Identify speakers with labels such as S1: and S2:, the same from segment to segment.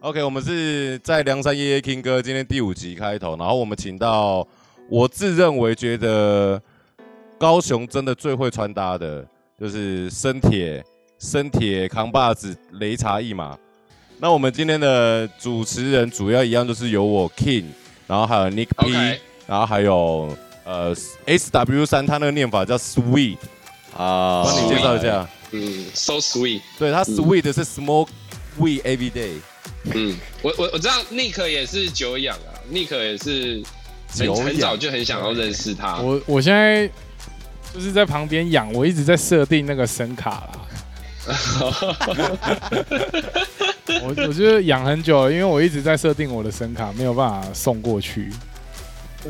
S1: OK，我们是在梁山夜夜 King 哥今天第五集开头，然后我们请到我自认为觉得高雄真的最会穿搭的，就是生铁、生铁扛把子、雷茶一马。那我们今天的主持人主要一样就是由我 King，然后还有 Nick P，、
S2: OK
S1: 然后还有呃 S W 三，他那个念法叫 Sweet，
S3: 啊
S1: 帮你介绍一下。
S2: 嗯，so sweet。
S1: 对，他 Sweet 是 Smoke Weed Every Day，
S2: 嗯，我我我知道 Nick 也是久仰啊，Nick 也是
S1: 久
S2: 很
S1: 仰
S2: 很早就很想要认识他。
S4: 啊我我现在就是在旁边养，我一直在设定那个声卡啦。我我觉得养很久了，因为我一直在设定我的声卡，没有办法送过去。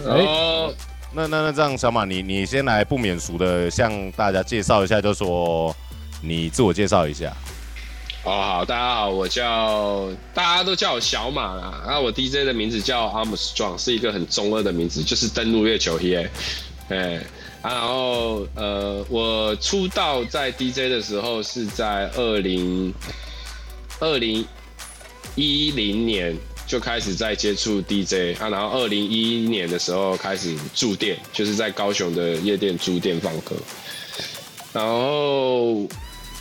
S2: 然后
S1: 那那那这样，小马，你你先来不免俗的向大家介绍一下，就说你自我介绍一下。
S2: 哦好，大家好，我叫大家都叫我小马啦。那我 DJ 的名字叫 Armstrong，是一个很中二的名字，就是登陆月球 here。哎、啊，然后呃，我出道在 DJ 的时候是在二零二零一零年就开始在接触 DJ 啊，然后二零一一年的时候开始驻店，就是在高雄的夜店驻店放歌。然后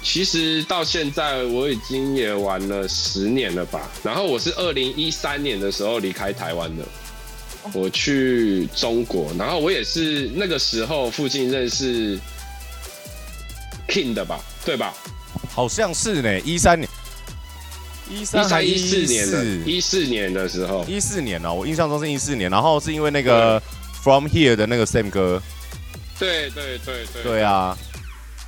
S2: 其实到现在我已经也玩了十年了吧。然后我是二零一三年的时候离开台湾的，我去中国，然后我也是那个时候附近认识 King 的吧，对吧？
S1: 好像是呢，一三年，一
S2: 一
S1: 三还
S2: 三一四年的，
S1: 一
S2: 一四年的时候，
S1: 一四年哦，我印象中是一四年，然后是因为那个 From Here 的那个 Sam 哥，
S2: 对对对对
S1: 对啊，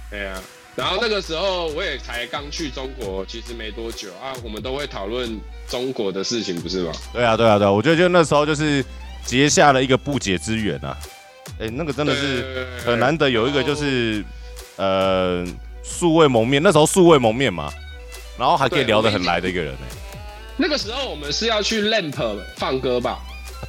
S2: 对啊。然后那个时候我也才刚去中国，其实没多久啊，我们都会讨论中国的事情，不是吗？
S1: 对啊，对啊，对啊，我觉得就那时候就是结下了一个不解之缘啊，哎，那个真的是
S2: 是
S1: 很难得有一个就是呃素未谋面，那时候素未谋面嘛，然后还可以
S2: 对
S1: 聊得
S2: 我们
S1: 很来的一个人呢。
S2: 那个时候我们是要去 Lamp 放歌吧？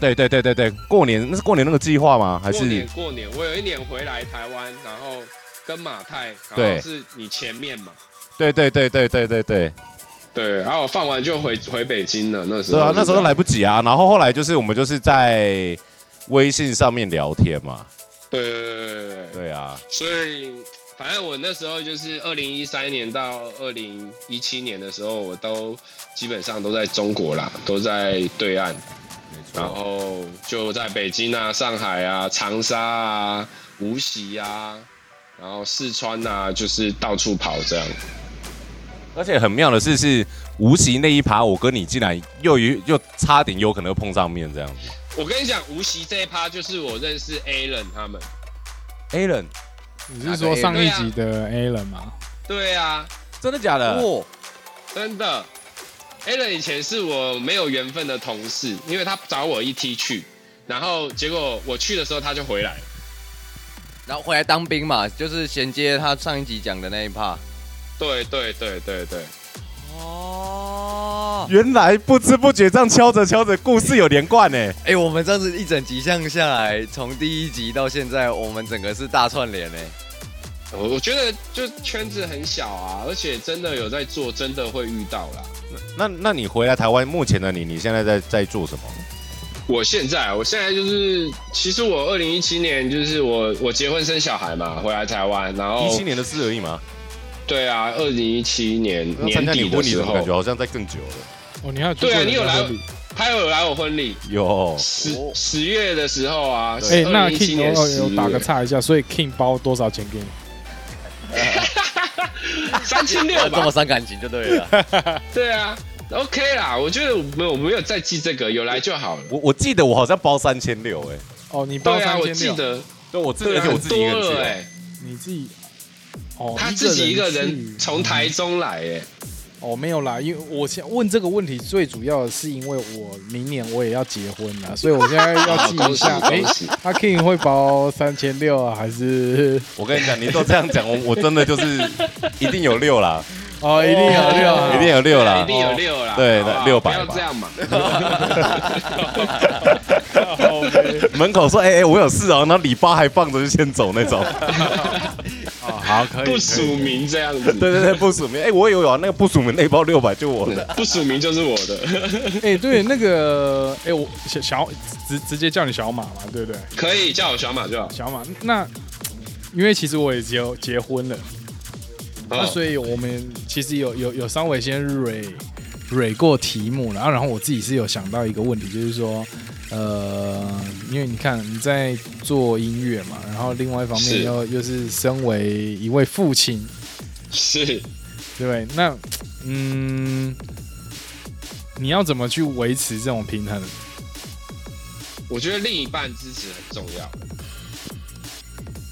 S1: 对对对对对，过年那是过年那个计划吗？还
S2: 过年
S1: 是
S2: 过年，我有一年回来台湾，然后跟马太，然
S1: 对
S2: 后是你前面嘛？
S1: 对对对对对对对
S2: 对，然后我放完就回回北京了。那时候
S1: 对啊，那时候都来不及啊。然后后来就是我们就是在微信上面聊天嘛，
S2: 对对对对对对，
S1: 对啊，
S2: 所以反正我那时候就是二零一三年到二零一七年的时候，我都基本上都在中国啦，都在对岸，然后就在北京啊、上海啊、长沙啊、无锡啊，然后四川啊，就是到处跑这样。
S1: 而且很妙的是是无锡那一趴，我跟你竟然又有又差点有可能碰上面这样子。
S2: 我跟你讲，无锡这一趴就是我认识 Alan 他们。
S1: Alan，
S4: 你是
S2: 啊
S4: 说上一集的 A 人吗？
S2: 对啊，
S1: 真的假的？
S3: 哇，
S2: 真的。Alan 以前是我没有缘分的同事，因为他找我一梯去，然后结果我去的时候他就回来。
S3: 然后回来当兵嘛，就是衔接他上一集讲的那一 part。
S2: 对对对对对，
S3: 哦，
S1: 原来不知不觉这样敲着敲着，故事有连贯呢。
S3: 哎，我们这样子一整集像下来，从第一集到现在，我们整个是大串联哎。
S2: 我我觉得就圈子很小啊，而且真的有在做，真的会遇到啦。
S1: 那那你回来台湾，目前的你，你现在在在做什么？
S2: 我现在，我现在就是，其实我二零一七年就是我我结婚生小孩嘛，回来台湾，然
S1: 一
S2: 后
S1: 七年的事而已嘛，
S2: 对啊，二零一七年
S1: 那
S2: 年
S1: 参加
S2: 底
S1: 你婚
S2: 的
S1: 礼
S2: 时
S1: 怎么感觉
S2: 候，
S1: 好像在更久了？
S4: 哦，你还有去
S2: 对啊
S4: 过人
S2: 你有
S4: 家
S2: 来
S4: 婚礼
S2: 他有来我婚礼，
S1: 有，
S2: 十
S3: 哦
S2: 十月的时候啊，
S4: 哎、
S2: 是
S4: 那
S2: 2017
S4: King
S2: 年
S1: 哦
S4: 有
S2: 十
S4: 有打个
S2: 月
S4: 岔一下，所以 King 包多少钱给你？
S2: 三千六
S3: 哇哦这
S2: 吧
S3: 么？伤感情就对 了。
S2: 对啊，OK 啦，我觉得我没有我没有再记这个，有来就好了。
S1: 我我记得我好像包三千六哎，
S4: 哦，你包
S2: 对啊，
S4: 三
S2: 我
S4: 千
S2: 记
S4: 六，
S2: 得，
S1: 对我自己，
S2: 对
S1: 而
S2: 啊，
S1: 且我
S2: 很
S1: 自己一
S2: 多
S1: 个人去
S2: 了
S1: 的。
S2: 哎，
S4: 你自己哦，
S2: 他自己一个人
S4: 去
S2: 从台中来哎，
S4: 哦，没有啦，因为我想问这个问题，最主要的是因为我明年我也要结婚了，所以我现在要记一下，
S2: 恭喜
S4: 哎
S2: 恭 喜，
S4: 阿 King 会包三千六啊，还是
S1: 我跟你讲，你都这样讲，我我真的就是一定有六啦，
S4: 哦，一定有六啊，
S1: 一定有六
S2: 对啊
S1: 啦
S2: 一。定有六啦，
S1: 对
S2: 好不好
S1: 600吧
S2: 不要这 样嘛。
S1: 啊
S4: 靠北
S1: 门口说，哎哎，我有事哦，然后礼包还放着就先走那种。
S4: 啊，
S3: 好，可以。
S2: 不署名这样子，
S1: 对对对，不署名，哎、我有有啊，那个不署名那包六百就我的，
S2: 不署名就是我的，
S4: 哎、对，那个，哎、我小小直直接叫你小马嘛，对不对？
S2: 可以叫我小马就好。
S4: 小马，那因为其实我也结结婚了， 那
S2: 哦
S4: 所以我们其实有有有稍微先蕊蕊过题目，然后然后我自己是有想到一个问题，就是说，呃，因为你看你在做音乐嘛，然后另外一方面
S2: 是
S4: 又又是身为一位父亲，
S2: 是
S4: 对不对？那嗯，你要怎么去维持这种平衡？
S2: 我觉得另一半支持很重要。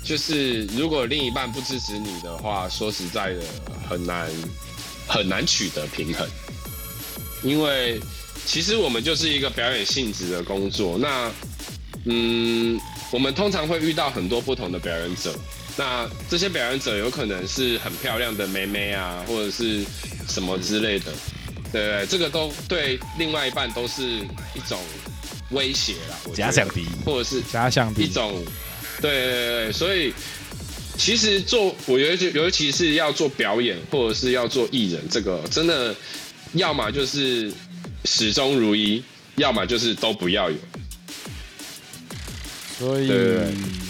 S2: 就是如果另一半不支持你的话，说实在的，很难很难取得平衡，因为其实我们就是一个表演性质的工作。那嗯，我们通常会遇到很多不同的表演者。那这些表演者有可能是很漂亮的妹妹啊，或者是什么之类的，对不对？这个都对另外一半都是一种威胁啦，我觉
S1: 假
S2: 得
S1: 想敌，
S2: 或者是
S4: 假想
S2: 一
S4: 敌，
S2: 种，对对对对，所以其实做我尤其尤其是要做表演或者是要做艺人，这个真的要么就是始终如一，要么就是都不要有。
S4: 所以
S2: 对对对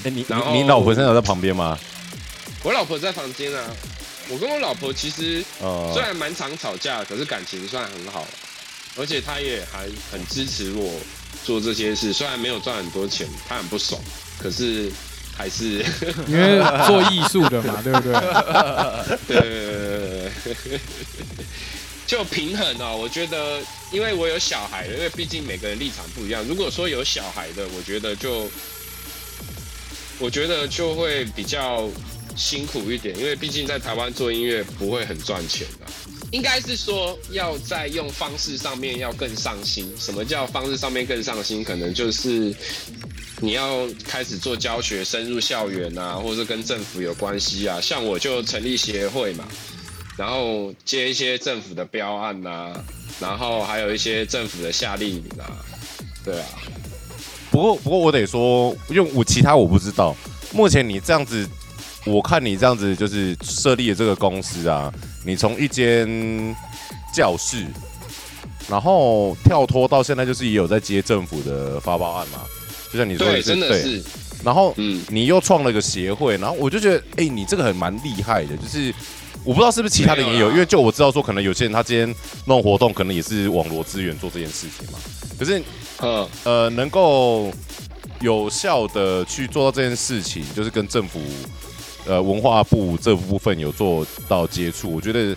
S1: 哎、你
S2: 然后
S1: 你你老婆现在有在旁边吗？
S2: 我老婆在房间啊，我跟我老婆其实
S1: 呃
S2: 虽，然蛮常吵架，可是感情算很好，而且她也还很支持我做这些事，虽然没有赚很多钱，她很不爽，可是还是
S4: 因为做艺术的嘛，对不对？
S2: 呃，就平衡哦。我觉得，因为我有小孩了，因为毕竟每个人立场不一样。如果说有小孩的，我觉得就，我觉得就会比较辛苦一点，因为毕竟在台湾做音乐不会很赚钱的、应该是说要在用方式上面要更上心。什么叫方式上面更上心？可能就是你要开始做教学，深入校园啊，或者是跟政府有关系啊。像我就成立协会嘛，然后接一些政府的标案啊，然后还有一些政府的夏令营啊，对啊，
S1: 不过不过我得说，因为我其他我不知道，目前你这样子，我看你这样子就是设立的这个公司啊，你从一间教室，然后跳脱到现在就是也有在接政府的发包案嘛，就像你说的
S2: 对，
S1: 是
S2: 真的
S1: 对啊
S2: 是，
S1: 然后
S2: 嗯，
S1: 你又创了个协会，然后我就觉得，哎、你这个很蛮厉害的，就是我不知道是不是其他人也
S2: 没
S1: 有，
S2: 有啦
S1: 因为就我知道说，可能有些人他今天弄活动，可能也是网络资源做这件事情嘛。可是
S2: 呃，
S1: 呃，能够有效的去做到这件事情，就是跟政府呃文化部这部分有做到接触，我觉得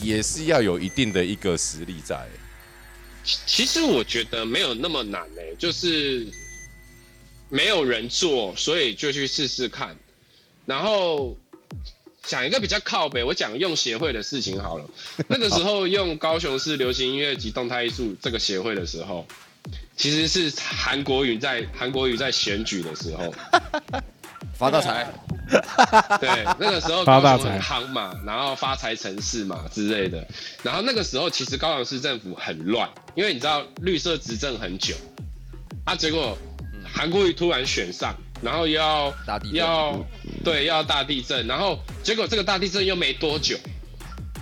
S1: 也是要有一定的一个实力在。
S2: 其实我觉得没有那么难诶、就是没有人做，所以就去试试看。然后讲一个比较靠北，我讲用协会的事情好了。那个时候用高雄市流行音乐及动态艺术这个协会的时候，其实是韩国瑜在韩国瑜在选举的时候，
S3: 发大财，
S2: 对，那个时候
S4: 发
S2: 高
S4: 大
S2: 雄
S4: 财
S2: 很夯嘛，然后发财城市嘛之类的。然后那个时候其实高雄市政府很乱，因为你知道绿色执政很久，啊，结果韩国瑜突然选上，然后又要
S3: 嗯大地震
S2: 要对要大地震，然后结果这个大地震又没多久。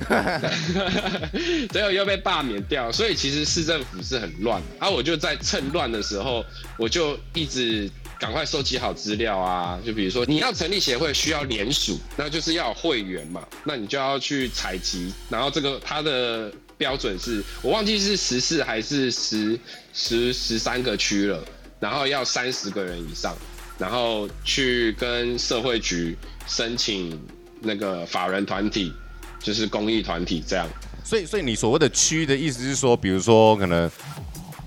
S2: 结果又被罢免掉，所以其实市政府是很乱。啊，我就在趁乱的时候，我就一直赶快收集好资料啊。就比如说，你要成立协会需要联署，那就是要有会员嘛，那你就要去采集。然后这个它的标准是我忘记是十四还是十十十三个区了，然后要三十个人以上，然后去跟社会局申请那个法人团体。就是公益团体这样，
S1: 所以，所以你所谓的区的意思是说，比如说可能，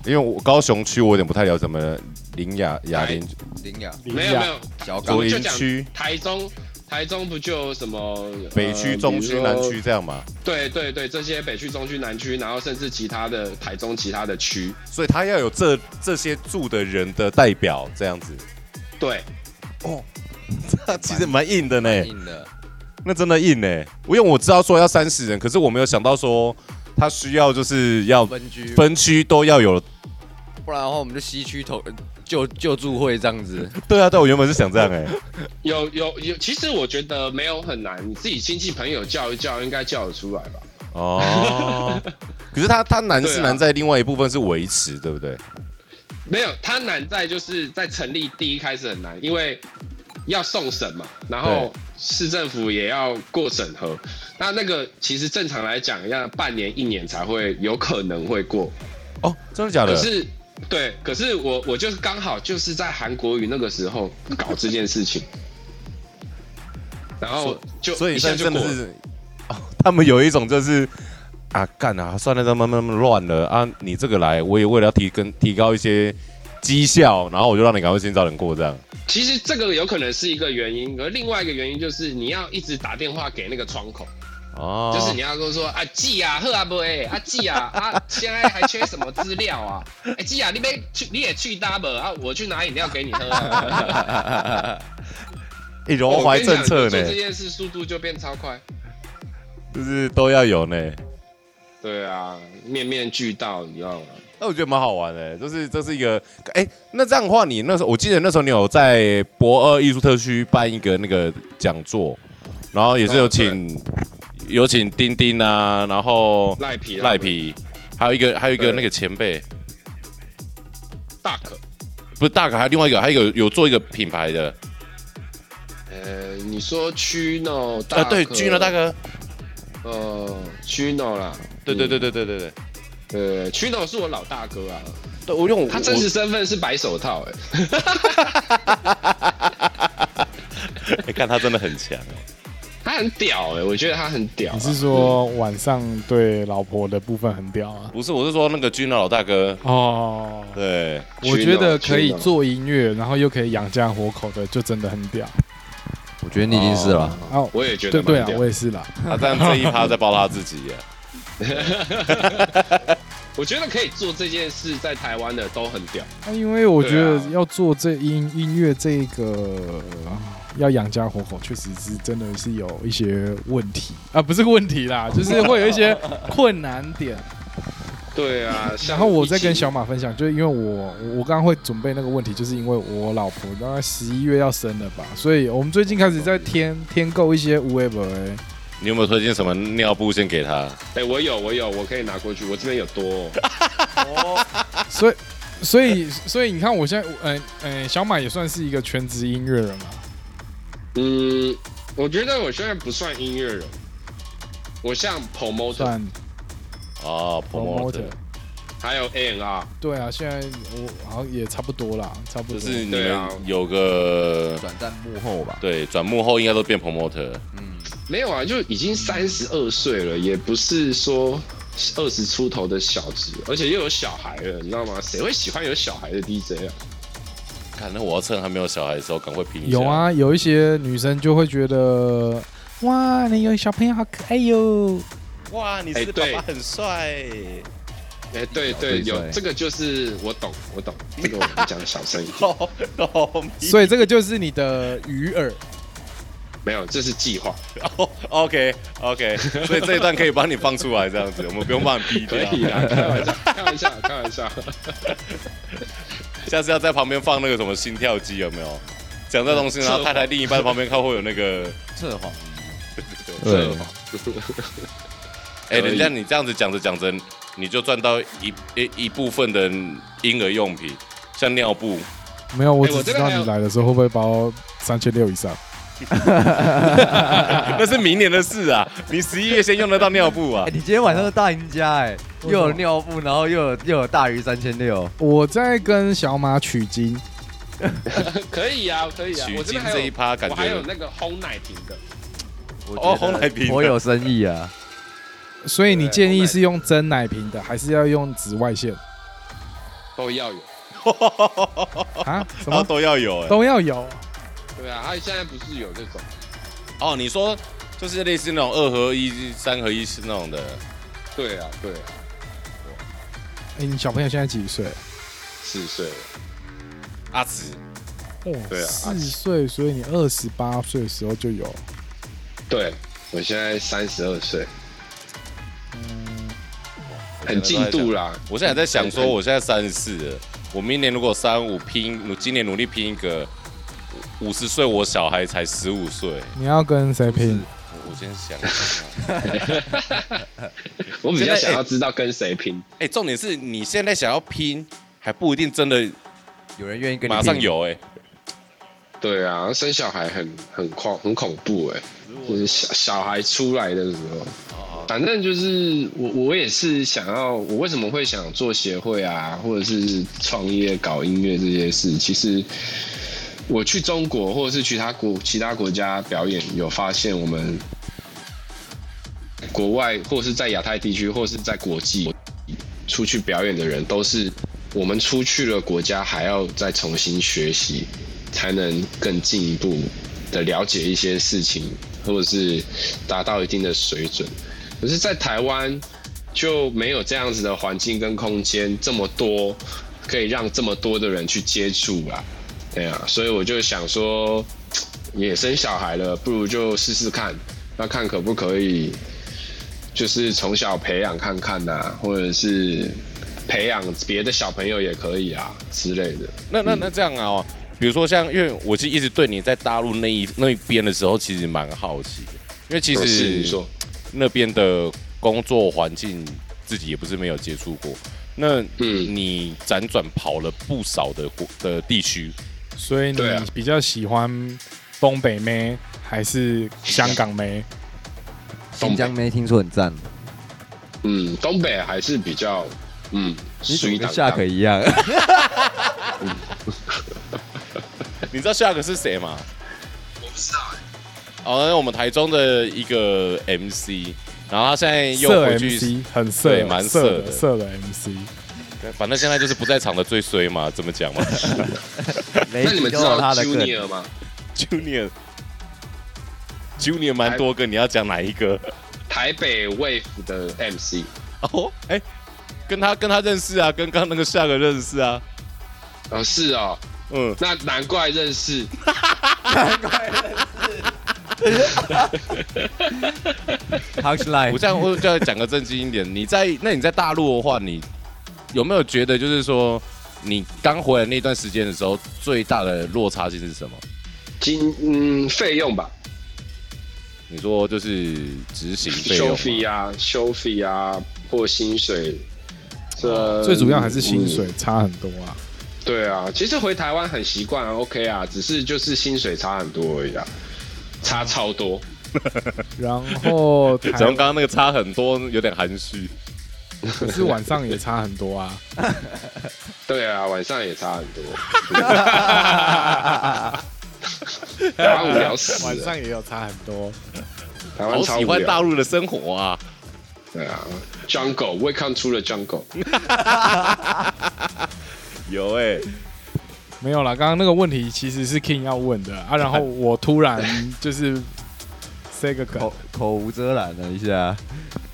S1: 因为我高雄区我有点不太了解，什么林雅雅林
S3: 林雅，
S2: 没有没有，
S3: 啊小
S2: 我
S3: 港
S1: 左
S2: 们
S1: 营
S2: 就讲
S1: 区
S2: 台中，台中不就有什么
S1: 北区、中区、南？
S2: 呃比
S1: 区
S2: 如说
S1: 这样嘛？
S2: 对对对，这些北区、中区、南区，然后甚至其他的台中其他的区，
S1: 所以他要有这这些住的人的代表这样子，
S2: 对，
S1: 其实蛮硬的呢，
S3: 硬的，
S1: 那真的硬呢。因为我知道说要三十人，可是我没有想到说他需要就是要
S3: 分居，
S1: 分区都要有
S3: 不然的话我们就西区投呃救救助会这样子。
S1: 对啊，但我原本是想这样哎、
S2: 有有有，其实我觉得没有很难，你自己亲戚朋友叫一叫，应该叫得出来吧？
S1: 哦，可是它它难
S2: 对
S1: 是
S2: 啊
S1: 难在另外一部分是维持，对不对？
S2: 没有，它难在就是在成立第一开始很难，因为要送审嘛，然后市政府也要过审核。那那个其实正常来讲，要半年一年才会有可能会过。
S1: 哦，真的假
S2: 可
S1: 的？
S2: 是，对，可是我我就是刚好就是在韩国语那个时候搞这件事情，然后就
S1: 所以
S2: 一下
S1: 但
S2: 就
S1: 真
S2: 过
S1: 的
S2: 了。
S1: 是，哦，他们有一种就是啊，干啊，算了，他们慢慢乱了啊，你这个来，我也为了要提跟提高一些绩效，然后我就让你赶快先找人过这样。
S2: 其实这个有可能是一个原因，而另外一个原因就是你要一直打电话给那个窗口。
S1: 哦，
S2: 就是你要跟我说啊，季啊，喝啊不哎，啊季啊，啊现在还缺什么资料啊？ 哎、季啊，你没去你也去 double 啊，我去拿饮料给你 喝、啊。
S1: 一欸柔怀政策
S2: 我
S1: 呢
S2: 跟你讲你做，这件事速度就变超快。
S1: 就是都要有呢。
S2: 对啊，面面俱到，你知道吗？
S1: 那我觉得蛮好玩的，就是这是一个，哎、那这样的话，你那时候我记得那时候你有在博二艺术特区办一个那个讲座，然后也是有请、有请丁丁啊，然后
S2: 赖皮啊
S1: 赖皮，还有一个还有一个
S2: 对
S1: 那个前辈，
S2: 大可，
S1: 不是大可，还有另外一个，还有一个有做一个品牌的，
S2: 呃，你说 Chino 大嗯
S1: 啊，对，
S2: 可
S1: 君了大，哥，
S2: 呃，Chino 啦，
S1: 对对对对对对对，
S2: 呃，Chino 是我老大哥啊，
S1: 对我用
S2: 他真实身份是白手套哎、
S1: 哎，看他真的很强，
S2: 他很屌哎、我觉得他很屌、啊。
S4: 你是说晚上对老婆的部分很屌啊？
S1: 不是，我是说那个君了老大哥，
S4: 哦，
S1: 对，
S4: 我觉得
S2: Chino，
S4: 可以
S2: Chino
S4: 做音乐，然后又可以养家活口的，就真的很屌。
S3: 我觉得你已经是了，
S2: 哦
S4: 哦，
S2: 我也觉得
S4: 对对
S2: 蛮
S4: 啊，
S2: 屌
S4: 我也是啦。
S1: 他这样这一趴在包他自己啊耶，
S2: 我觉得可以做这件事，在台湾的都很屌。
S4: 那因为我觉得
S2: 对啊
S4: 要做这音音乐这个呃要养家活口，确实是真的是有一些问题啊，不是问题 啦，就是会有一些困难点。
S2: 对啊， 像
S4: 然后我再
S2: 疫
S4: 跟
S2: 情
S4: 小马分享，就是因为我我刚刚会准备那个问题，就是因为我老婆大概十一月要生了吧，所以我们最近开始
S2: 哦
S4: 在添添购一些无为本欸
S1: 你有没有推荐什么尿布先给他？
S2: 哎、我有我有，我可以拿过去，我这边有多 哦、
S4: 所以所以所以你看我现在，嗯、嗯、小马也算是一个全职音乐人嘛，
S2: 嗯，我觉得我现在不算音乐人，我像 promoter，
S4: 算
S1: 哦
S4: promoter
S1: ，promoter，。
S2: 还有 A N R，
S4: 对啊，现在我好像也差不多啦，差不
S1: 就
S4: 多。
S1: 是你
S2: 对啊
S1: 们有个
S3: 转战幕后吧。
S1: 对转幕后应该都变 promoter，
S3: 嗯，
S2: 没有啊，就已经三十二岁了，也不是说二十出头的小子，而且又有小孩了，你知道吗？谁会喜欢有小孩的 DJ 啊？
S1: 看那我要趁还没有小孩的时候赶快拼一下。
S4: 有，啊，有一些女生就会觉得，哇，你有小朋友好可爱哟。
S1: 哇，你
S2: 哎对
S1: 很帅，
S2: 哎、对
S3: 对
S2: 对，有
S3: 对
S2: 这个就是我懂，我懂，这个我们讲小 声一点，
S1: 老老米
S4: 所以这个就是你的鱼饵。
S2: 没有，这是计划。
S1: ，OK OK，所以这一段可以帮你放出来这样子，我们不用帮你逼
S2: 可
S1: 掉。
S2: 以啊啦， 开玩笑，开玩笑，开玩笑。
S1: 下次要在旁边放那个什么心跳机有没有？讲这东西，然后太太另一半旁边看会有那个，
S3: 测谎，
S2: 对，
S1: 哎，
S2: 可以
S1: 人家你这样子讲着讲着，你就赚到一一一部分的婴儿用品，像尿布。
S4: 没有，我
S2: 哎
S4: 只
S2: 我这
S4: 知
S2: 边
S4: 道
S2: 还有
S4: 你来的时候会不会包三千六以上。
S1: 那是明年的事啊，你十一月先用得到尿布啊
S3: 哎，。你今天晚上是大赢家哎，
S4: 什
S3: 又
S4: 么
S3: 有尿布，然后又有又有大于三千六，
S4: 我在跟小马取经，
S2: 可以啊，可以啊。
S1: 取
S2: 我
S1: 经
S2: 边还
S1: 这一
S2: 有，
S1: 趴感
S2: 我还有
S1: 觉
S2: 那个烘奶瓶的，
S1: 哦
S3: 我觉得
S1: 红奶瓶的
S3: 颇有生意啊。
S4: 所以你
S2: 对
S4: 建议是用真奶瓶的，还是要用紫外线
S2: 都要有。
S4: 啊？ 什
S1: 然后
S4: 么
S1: 都要有哎、
S4: 都要有。
S2: 对啊，他现在不是有这种，
S1: 哦，你说就是类似那种二合一、三合一是那种的，
S2: 对啊，对啊，
S4: 哎，你小朋友现在几岁？
S2: 四岁了，
S1: 阿慈
S4: 哦，
S2: 对啊
S4: 四岁，所以你二十八岁的时候就有。
S2: 嗯对我现在三十二岁，很进度啦。
S1: 我现在在想说，我现在三十四了，我明年如果三五拼，我今年努力拼一个五十岁，我小孩才十五岁。
S4: 你要跟谁拼？
S1: 我我先想一 下，
S2: 我比较
S1: 现在
S2: 想要知道跟谁拼。
S1: 哎、重点是你现在想要拼，还不一定真的
S3: 有人愿意跟你
S1: 马上
S3: 拼
S1: 有哎、
S2: 对啊，生小孩很很恐很恐怖哎、就是小小孩出来的时候，反正就是我我也是想要，我为什么会想做协会啊，或者是创业搞音乐这些事，其实。我去中国或者是其他国其他国家表演，有发现我们国外或是在亚太地区，或是在国际出去表演的人，都是我们出去了国家，还要再重新学习，才能更进一步的了解一些事情，或者是达到一定的水准。可是，在台湾就没有这样子的环境跟空间，这么多可以让这么多的人去接触啊，对啊，所以我就想说，也生小孩了，不如就试试看，那看可不可以就是从小培养看看呐、或者是培养别的小朋友也可以啊之类的。
S1: 那那那这样啊、哦，比如说像，因为我是一直对你在大陆那一那一边的时候，其实蛮好奇的，因为其
S2: 我哦是你
S1: 实
S2: 说，
S1: 那边的工作环境自己也不是没有接触过。那
S2: 嗯
S1: 你辗转跑了不少的国的地区，
S4: 所以你
S2: 对啊
S4: 比较喜欢东北妹还是香港妹？
S3: 新疆没听说很赞，
S2: 嗯，东北还是比较嗯，
S3: 你怎
S2: 水
S3: 么跟
S2: 当
S3: 夏
S2: 当
S3: 可一样？
S1: 你知道下个是谁吗？
S2: 我不知道欸、
S1: 哦，那我们台中的一个 MC，然后他现在啊又
S4: 色
S1: 回去，
S4: MC 很色，
S1: 对蛮
S4: 色
S1: 色的嗯
S4: 色的 MC。
S1: 反正现在就是不在场的最衰嘛，怎么讲嘛
S3: 那
S2: 那你们知道 Junior 吗？
S1: ？Junior。Junior 蛮多个，你要讲哪一个？
S2: 台北 Wave 的 MC
S1: 哦，哎、跟他跟他认识啊，跟刚刚那个下个认识啊，
S2: 哦，是哦，
S1: 嗯，
S2: 那难怪认识，
S1: 我
S3: punchline，
S1: 这样哎我就要讲个正经一点，你在那你在大陆的话，你有没有觉得就是说，你刚回来那段时间的时候，最大的落差性是什么？
S2: 金嗯费用吧，
S1: 你说就是执行费用
S2: 修
S1: 吗
S2: 费啊，修费啊，或薪水，这
S4: 最主要还是薪水差很多啊。
S1: 嗯
S2: 对啊，其实回台湾很习惯啊，OK 啊，只是就是薪水差很多而已啊，差超多。
S4: 然 后台
S1: 怎么刚刚那个差很多，有点含蓄。
S4: 可是晚上也差很多 啊。
S2: 对啊，晚上也差很多。台湾无聊
S1: 啊
S2: 死
S4: 晚
S2: 了，
S4: 上也有差很多。
S2: 台
S1: 好
S2: 湾超
S1: 喜
S2: 无
S1: 欢大
S2: 聊。
S1: 陆的生活啊！
S2: 对啊，Jungle Welcome to the Jungle。
S1: 有哎、
S4: 没有啦，刚刚那个问题其实是 King 要问的啊，然后我突然就是塞个梗
S3: 口，口无遮拦了一下，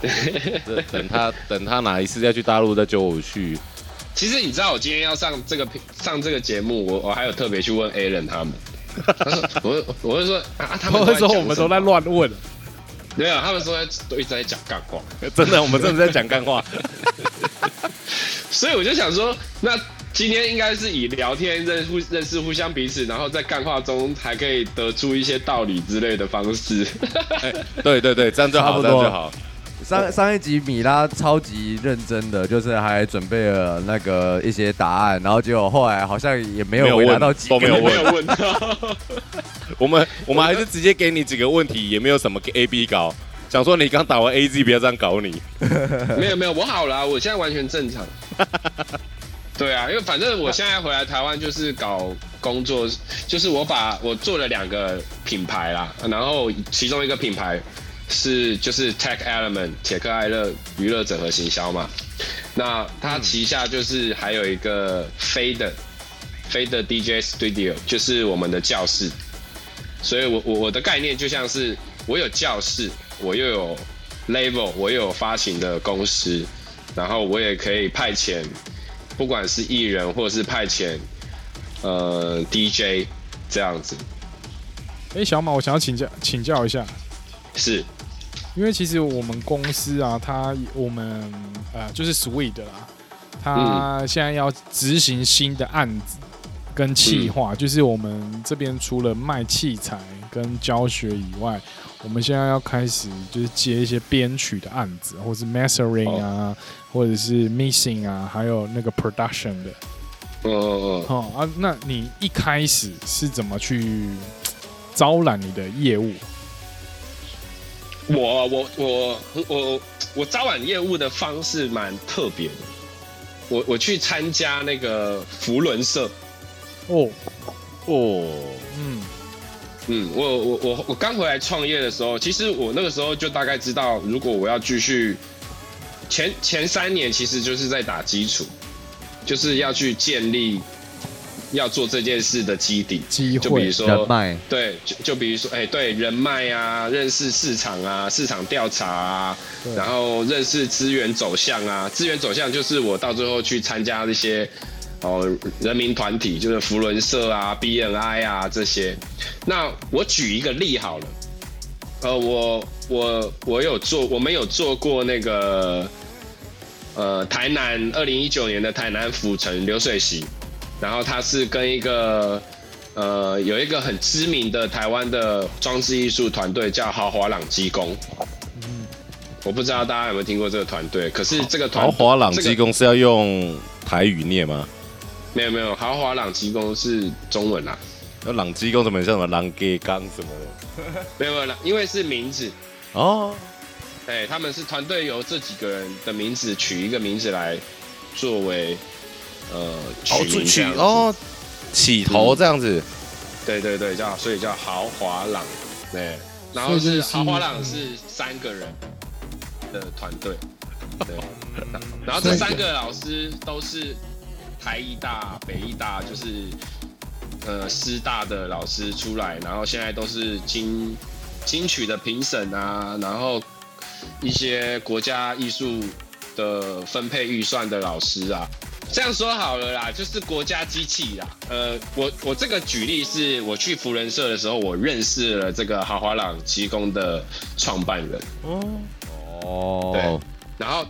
S1: 这等他等他哪一次再去大陆再揪我去，
S2: 其实你知道，我今天要上这个频上这个节目，我我还有特别去问 Alan 他们。他说：“ 我我就说啊，他们都
S4: 或者
S2: 在
S4: 说
S2: 讲
S4: 我们
S2: 什
S4: 都
S2: 么
S4: 在乱问，
S2: 没有，他们说在都一直在讲干话。
S1: 真的我们真的在讲干话。
S2: 所以我就想说，那今天应该是以聊天认互认识互相彼此，然后在干话中还可以得出一些道理之类的方式。
S1: 哎 对对对，这样就
S4: 差
S1: 好，
S4: 不
S1: 这
S4: 多
S1: 样就好。
S3: 上上一集米拉超级认真的，就是还准备了那个一些答案，然后结果后来好像也没
S1: 没有
S3: 有回答
S1: 问
S3: 到几
S1: 都
S3: 个
S1: 没 有问
S2: 没有问到，
S1: 我们我们还是直接给你几个问题，也没有什么 A B 搞，想说你刚打完 A Z，不要这样搞你。
S2: 没有没有，我好了，我现在完全正常。对啊，因为反正我现在回来台湾就是搞工作，就是我把我做了两个品牌啦，然后其中一个品牌是就是 Tech Element 铁克艾乐娱乐整合行销嘛，那它旗下就是还有一个飞的飞的 DJ Studio，就是我们的教室，所以我我我的概念就像是我有教室，我又有 label，我又有发行的公司，然后我也可以派遣，不管是艺人或者是派遣呃 DJ 这样子，
S4: 哎，小马，我想要请教请教一下，
S2: 是
S4: 因为其实我们公司啊，它我们呃就是 Sweet 啦，它现在要执行新的案子跟企
S2: 嗯
S4: 划，就是我们这边除了卖器材跟教学以外，我们现在要开始就是接一些编曲的案子，或是 mastering
S2: 哦
S4: 啊，或者是 mixing 啊，还有那个 production 的。
S2: 嗯嗯嗯，
S4: 哦啊，那你一开始是怎么去招揽你的业务？
S2: 我我我我我招揽业务的方式蛮特别的，我我去参加那个福伦社，
S4: 哦，
S1: 哦，
S4: 嗯，
S2: 嗯，我我我我刚回来创业的时候，其实我那个时候就大概知道，如果我要继续前前三年，其实就是在打基础，就是要去建立要做这件事的基底。
S4: 机
S2: 就比
S4: 会
S2: 如，说
S3: 人脉，
S2: 对，就就比如说，哎、对，人脉啊，认识市场啊，市场调查啊，
S4: 对
S2: 然后认识资源走向啊，资源走向就是我到最后去参加这些哦人民团体，就是福伦社啊、BNI 啊这些。那我举一个例好了，呃，我我我有做，我们有做过那个呃台南二零一九年的台南府城流水席，然后它是跟一个呃有一个很知名的台湾的装置艺术团队叫豪华朗基工。我不知道大家有没有听过这个团队，可是这个团
S1: 豪华朗
S2: 这
S1: 基
S2: 个
S1: 公是要用台语念吗？
S2: 没有没有，豪华朗基工是中文啦、啊
S1: 那朗基公怎么很像什么朗给刚什么的？
S2: 没有没有啦，因为是名字，
S1: 哦，
S2: 哎，他们是团队由这几个人的名字取一个名字来作为呃取名这样子，
S1: 哦，起头这样子，
S2: 对对对，叫所以叫豪华朗，
S1: 嗯
S2: 对，然
S4: 所
S2: 后
S4: 以就是是嗯
S2: 豪华朗是三个人的团队，对，
S4: 嗯
S2: 然后这三个老师都是台艺大、北艺大，就是呃师大的老师出来，然后现在都是金金曲的评审啊，然后一些国家艺术的分配预算的老师啊。这样说好了啦，就是国家机器啦。呃，我我这个举例是我去福人社的时候，我认识了这个豪华朗基工的创办人，
S4: 嗯
S3: 哦，
S2: 然后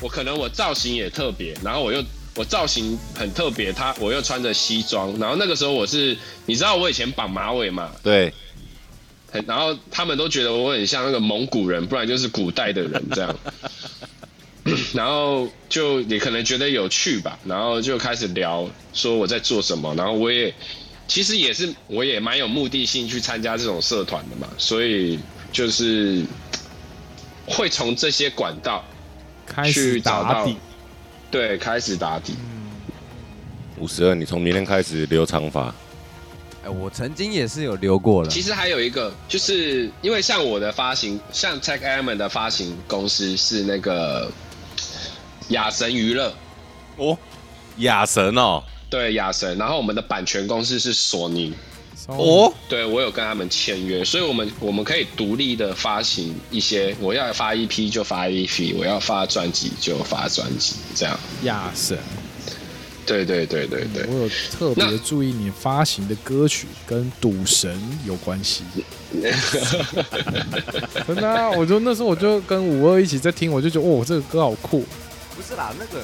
S2: 我可能我造型也特别，然后我又我造型很特别，他我又穿着西装，然后那个时候我是你知道我以前绑马尾嘛，
S1: 对，
S2: 很然后他们都觉得我很像那个蒙古人，不然就是古代的人这样。 然后就也可能觉得有趣吧，然后就开始聊说我在做什么，然后我也其实也是我也蛮有目的性去参加这种社团的嘛，所以就是会从这些管道
S4: 开始
S2: 去找
S4: 打
S2: 到
S4: 底，，
S2: 对，开始打底。
S1: 五十二，你从明天开始留长发。
S3: 哎，我曾经也是有留过了，
S2: 其实还有一个，就是因为像我的发行，像 Tech Element 的发行公司是那个雅神娱乐，
S1: 哦，亚神哦，
S2: 对雅神，然后我们的版权公司是索尼，
S4: 哦，
S2: 对我有跟他们签约，所以我们我们可以独立的发行一些，我要发一批就发一批，我要发专辑就发专辑，这样。
S4: 亚神，
S2: 对对对对对。
S4: 我有特别注意你发行的歌曲跟赌神有关系， 真的啊，我就那时候我就跟五二一起在听，我就觉得哦，这个歌好酷
S3: 不是啦，那个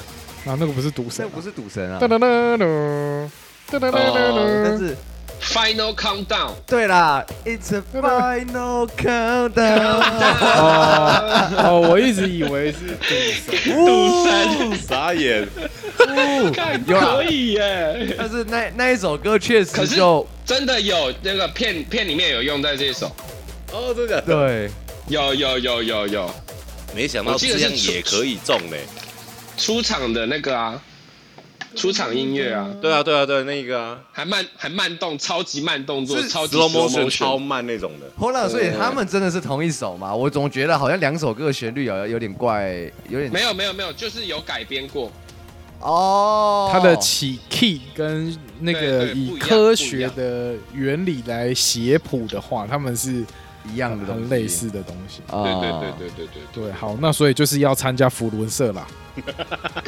S4: 啊，那个不是赌神
S3: 这
S4: 啊，
S3: 不是赌神啊
S4: 噔，噔噔噔噔噔噔
S3: 但
S2: 哦
S4: 噔噔，
S3: 是
S2: Final Countdown，
S3: 对啦，It's a final countdown，
S4: 哦哦，我一直以为是
S3: 赌 神。
S1: 傻眼，
S2: 看
S3: 有啦
S2: 可以耶，
S3: 但是那那一首歌确
S2: 啊 可
S3: 实
S2: 是
S3: 就
S2: 真的有那个片片里面有用在这首，
S1: 哦，真的，
S3: 对，
S2: 有有有有有
S1: 没想到
S2: 我记得
S1: 这
S2: 是
S1: 样也可以中嘞。
S2: 出场的那个啊，出场音乐啊，
S1: 对啊，对啊，对，那个啊
S2: 还慢还慢动，超级慢动作，
S3: 是
S2: 超级
S1: slow
S2: slow
S1: motion
S2: motion
S1: 超慢那种的。
S3: 后来所以他们真的是同一首嘛？我总觉得好像两首歌的旋律有有点怪，有点
S2: 没有没有没有，就是有改编过，
S3: 哦，
S4: 它的起 key 跟那个
S2: 对对
S4: 以
S2: 不一样
S4: 科学的原理来写谱的话，他们是
S3: 一样的东西，
S4: 很类似的东西。
S3: 啊
S2: 对对对对对对对。
S4: 对，好，那所以就是要参加福伦社啦。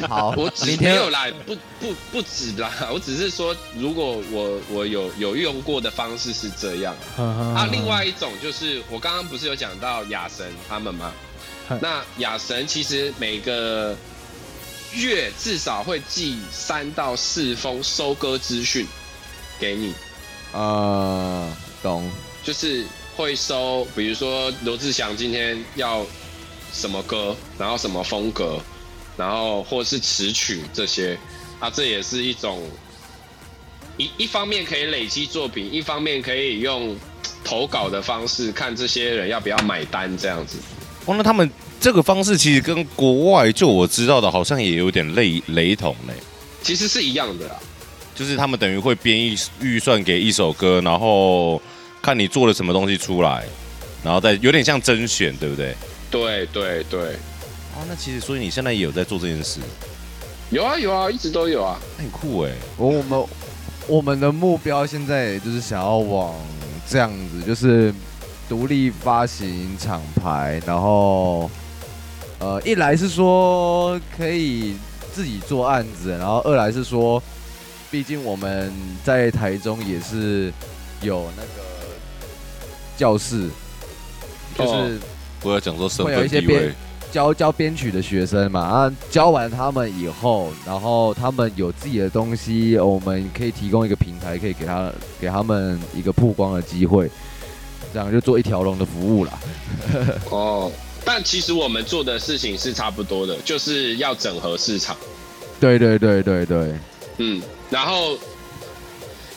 S3: 好，
S2: 我只
S3: 哦
S2: 没
S3: 明天
S2: 有啦，不不不止啦， 我只是说，如果我我有有用过的方式是这样啊
S3: 嗯
S4: 啊，
S2: 另外一种就是我刚刚不是有讲到雅神他们吗
S3: 嗯
S4: 嗨？
S2: 那雅神其实每个月至少会寄三到四封收割资讯给你，
S3: 呃，懂，
S2: 就是会收，比如说罗志祥今天要什么歌，然后什么风格，然后或是词曲这些，啊，这也是一种一一方面可以累积作品，一方面可以用投稿的方式看这些人要不要买单这样子。
S1: 哦，那他们这个方式其实跟国外就我知道的，好像也有点类雷同嘞，
S2: 其实是一样的啦，啊
S1: 就是他们等于会编一预算给一首歌，然后看你做了什么东西出来，然后再有点像甄选，对不对？
S2: 对对对，
S1: 哦，那其实所以你现在也有在做这件事，
S2: 有啊有啊，一直都有啊。
S1: 那很酷哎。
S3: 我我们我们的目标现在也就是想要往这样子，就是独立发行厂牌，然后呃，一来是说可以自己做案子，然后二来是说，毕竟我们在台中也是有那个教室，就
S2: 哦
S3: 是
S1: 我要讲说身
S3: 会有
S1: 份
S3: 一些
S1: 地
S3: 编
S1: 位，
S3: 教教编曲的学生嘛，啊，教完他们以后，然后他们有自己的东西，我们可以提供一个平台，可以给他给他们一个曝光的机会，这样就做一条龙的服务啦。
S2: 哦，但其实我们做的事情是差不多的，就是要整合市场。
S3: 对对对对对，
S2: 嗯，然后，